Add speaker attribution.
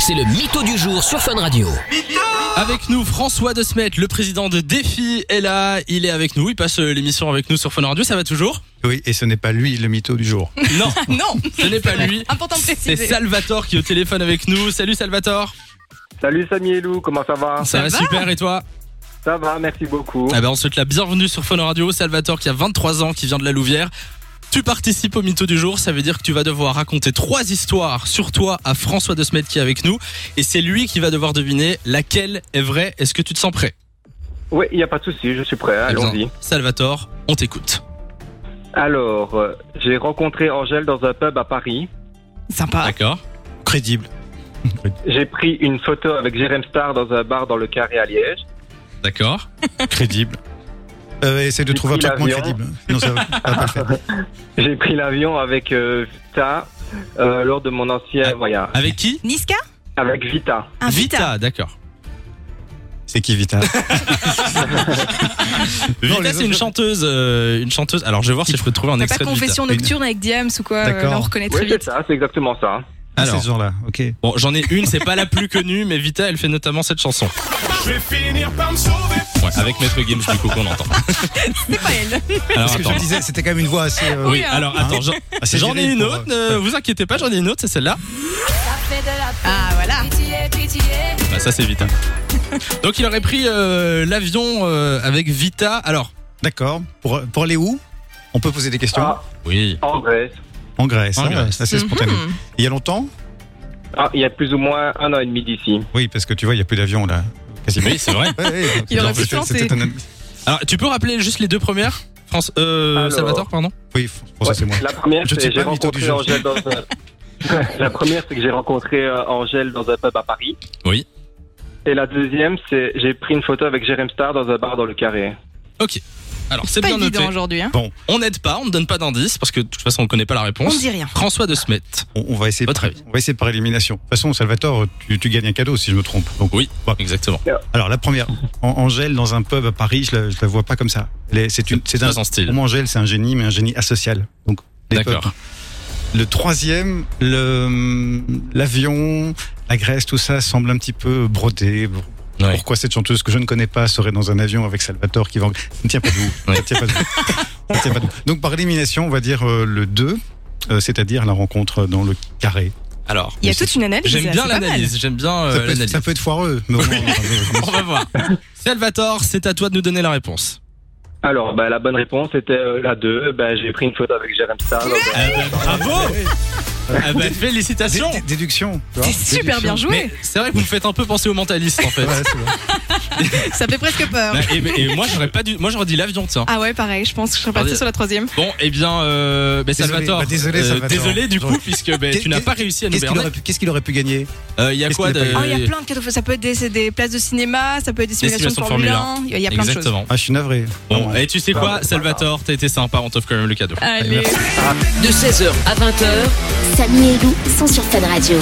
Speaker 1: c'est le mytho du jour sur Fun Radio.
Speaker 2: Avec nous, François De Smet, le président de Défi, est là. Il est avec nous. Il passe euh, l'émission avec nous sur Fun Radio. Ça va toujours
Speaker 3: Oui, et ce n'est pas lui le mytho du jour.
Speaker 2: Non,
Speaker 4: Non,
Speaker 2: ce n'est pas lui.
Speaker 4: important de
Speaker 2: C'est
Speaker 4: préciser.
Speaker 2: Salvatore qui est au téléphone avec nous. Salut Salvatore.
Speaker 5: Salut Samy et Lou, comment ça va
Speaker 2: Ah, Ça, va,
Speaker 4: va
Speaker 2: super et toi
Speaker 5: Ça va, merci beaucoup.
Speaker 2: Ah ben, on souhaite la bienvenue sur Fun Radio. Salvatore qui a 23 ans, qui vient de la Louvière. Tu participes au mytho du jour, ça veut dire que tu vas devoir raconter trois histoires sur toi à François De Smet qui est avec nous. Et c'est lui qui va devoir deviner laquelle est vraie. Est-ce que tu te sens prêt
Speaker 5: Oui, il n'y a pas de souci, je suis prêt, allons-y.
Speaker 2: Salvatore, on t'écoute.
Speaker 5: Alors, euh, j'ai rencontré Angèle dans un pub à Paris.
Speaker 4: Sympa.
Speaker 2: D'accord.
Speaker 3: Crédible.
Speaker 5: J'ai pris une photo avec Jérém Star dans un bar dans le Carré à Liège.
Speaker 2: D'accord.
Speaker 3: Crédible. Euh, essaye de
Speaker 5: J'ai
Speaker 3: trouver un
Speaker 5: pris
Speaker 3: truc moins
Speaker 5: l'avion.
Speaker 3: crédible. Non, ça va ça va pas le faire.
Speaker 5: J'ai pris l'avion avec euh, Vita euh, lors de mon ancien
Speaker 2: Ah.
Speaker 5: voyage.
Speaker 2: Avec qui
Speaker 4: Niska
Speaker 5: Avec Vita.
Speaker 4: Un
Speaker 2: d'accord.
Speaker 3: C'est qui Vita Non, les
Speaker 2: Vita,
Speaker 3: autres-
Speaker 2: c'est une chanteuse, euh, une chanteuse. Alors, je vais voir si je peux trouver un
Speaker 4: T'as pas
Speaker 2: extrait de Vita.
Speaker 4: confession nocturne avec Diams ou quoi euh,
Speaker 3: D'accord.
Speaker 4: là, On reconnaît très
Speaker 5: Oui, c'est
Speaker 4: vite.
Speaker 5: ça, c'est exactement ça.
Speaker 3: Ah,
Speaker 2: Alors.
Speaker 3: c'est ce genre-là, ok.
Speaker 2: Bon, j'en ai une, c'est pas la plus connue, mais Vita, elle fait notamment cette chanson. Ouais, avec Maître Games, du coup, qu'on entend.
Speaker 4: C'est pas hein. Ah elle.
Speaker 2: Alors,
Speaker 3: Parce que je
Speaker 2: attends.
Speaker 3: me disais, c'était quand même une voix assez. euh,
Speaker 2: Oui, alors, attends, j'en-
Speaker 3: assez
Speaker 2: j'en ai
Speaker 3: viril
Speaker 2: une
Speaker 3: Ah, pour,
Speaker 2: autre,
Speaker 3: euh,
Speaker 2: ne vous inquiétez pas, j'en ai une autre, c'est celle-là.
Speaker 4: Ah voilà.
Speaker 2: Bah, ça, c'est Vita. Donc, il aurait pris euh, l'avion euh, avec Vita. Alors,
Speaker 3: D'accord. Pour, pour aller où On peut poser des questions.
Speaker 5: Ah,
Speaker 2: oui.
Speaker 5: en Grèce.
Speaker 3: En Grèce.
Speaker 2: En
Speaker 3: hein,
Speaker 2: Grèce.
Speaker 3: c'est assez spontané.
Speaker 4: Mhm.
Speaker 3: Il y a longtemps
Speaker 5: Ah, il y a plus ou moins un an et demi d'ici.
Speaker 3: Oui, parce que tu vois, il n'y a plus d'avion là. Quasiment.
Speaker 2: Oui, c'est vrai.
Speaker 3: Ouais, ouais, donc,
Speaker 4: Il aurait pu
Speaker 3: c'était-
Speaker 4: se lancer.
Speaker 3: c'était un-
Speaker 2: Alors, tu peux rappeler juste les deux premières France, euh,
Speaker 5: Alors.
Speaker 2: Salvatore, pardon
Speaker 3: Oui, François,
Speaker 5: Ouais,
Speaker 3: c'est moi.
Speaker 5: La première,
Speaker 3: Je ne
Speaker 5: c'est
Speaker 3: suis
Speaker 5: j'ai
Speaker 3: pas le mytho du
Speaker 5: rencontré
Speaker 3: jour.
Speaker 5: Angèle dans un... La première, c'est que j'ai rencontré euh, Angèle dans un pub à Paris.
Speaker 2: Oui.
Speaker 5: Et la deuxième, c'est j'ai pris une photo avec Jérém Star dans un bar dans le carré.
Speaker 2: Ok. Alors, c'est
Speaker 4: C'est pas
Speaker 2: bien noté.
Speaker 4: évident aujourd'hui. Hein.
Speaker 2: On n'aide pas, on ne donne pas d'indice, parce que de toute façon, on connaît pas la
Speaker 4: On
Speaker 2: réponse.
Speaker 4: ne dit rien.
Speaker 2: François de Smet.
Speaker 3: On, on va essayer.
Speaker 2: Votre
Speaker 3: par,
Speaker 2: avis.
Speaker 3: on va essayer par élimination. De toute façon, Salvatore, tu, tu gagnes un cadeau si je me trompe. Donc,
Speaker 2: Oui, exactement.
Speaker 3: alors la première, An- Angèle dans un pub à Paris, je la, je la vois pas comme ça. Elle est- C'est une, c'est un.
Speaker 2: Pas son
Speaker 3: Pour
Speaker 2: style.
Speaker 3: moi, Angèle, c'est un génie, mais un génie asocial. Donc les
Speaker 2: D'accord.
Speaker 3: pubs. Le troisième, le l'avion, la Grèce, tout ça semble un petit peu brodé.
Speaker 2: Ouais.
Speaker 3: Pourquoi cette chanteuse que je ne connais pas serait dans un avion avec Salvatore qui va en- Ça ne tient pas debout.
Speaker 2: Ouais.
Speaker 3: Ça ne tient pas debout. Ça ne tient pas debout. Donc par élimination, on va dire euh, le 2, euh, c'est-à-dire la rencontre dans le carré.
Speaker 2: Alors,
Speaker 4: Il y a toute une analyse.
Speaker 2: j'aime
Speaker 4: là,
Speaker 2: bien
Speaker 4: c'est pas mal.
Speaker 2: l'analyse. J'aime bien euh,
Speaker 3: ça, peut être,
Speaker 2: l'analyse.
Speaker 3: ça peut être foireux, mais au moins, on-
Speaker 2: On va voir. Salvatore, c'est à toi de nous donner la réponse.
Speaker 5: Alors, ben, la bonne réponse était euh, la 2. Ben, j'ai pris une photo avec Jérém Star. dans un-
Speaker 2: bah,
Speaker 3: Ah
Speaker 2: bravo Ah bah,
Speaker 3: Dé-
Speaker 2: Félicitations
Speaker 3: dé- Déduction. tu vois.
Speaker 4: C'est super bien
Speaker 2: Mais
Speaker 4: joué.
Speaker 2: c'est vrai que vous me faites un peu penser aux mentalistes en fait.
Speaker 3: Ouais, c'est vrai.
Speaker 4: Ça fait presque peur.
Speaker 2: Bah, et, et moi j'aurais pas dû, moi j'aurais dit l'avion tiens.
Speaker 4: Ah ouais, pareil. Je pense que je serais
Speaker 2: Pardon.
Speaker 4: passée sur la troisième.
Speaker 2: Bon et bien euh, bah,
Speaker 3: Désolé,
Speaker 2: Salvatore,
Speaker 3: bah, désolé, Salvatore.
Speaker 2: désolé du coup
Speaker 3: J'aurais-
Speaker 2: puisque bah,
Speaker 3: Qu'est-
Speaker 2: tu n'as
Speaker 3: qu'est-
Speaker 2: pas réussi à nous
Speaker 3: Qu'est-ce qu'il
Speaker 2: berner.
Speaker 3: aurait, pu- qu'est-ce qu'il aurait pu gagner
Speaker 2: Euh, Il y a
Speaker 3: qu'est-ce
Speaker 2: quoi
Speaker 3: qu'il a
Speaker 2: de
Speaker 3: pas
Speaker 4: Oh, il y a plein de cadeaux. Ça peut être des, des places de cinéma, ça peut être des simulations de
Speaker 2: simulations de
Speaker 4: Formule
Speaker 2: Formule
Speaker 4: 1. Il y a plein de choses.
Speaker 2: Exactement.
Speaker 3: Ah, je suis navré.
Speaker 2: Bon,
Speaker 3: Vraiment.
Speaker 2: et tu sais
Speaker 5: Bravo,
Speaker 2: quoi, Salvatore, t'as été sympa, on t'offre quand même le cadeau.
Speaker 4: Allez.
Speaker 1: De 16h à 20h,
Speaker 6: Samy et Lou sont sur Fun Radio.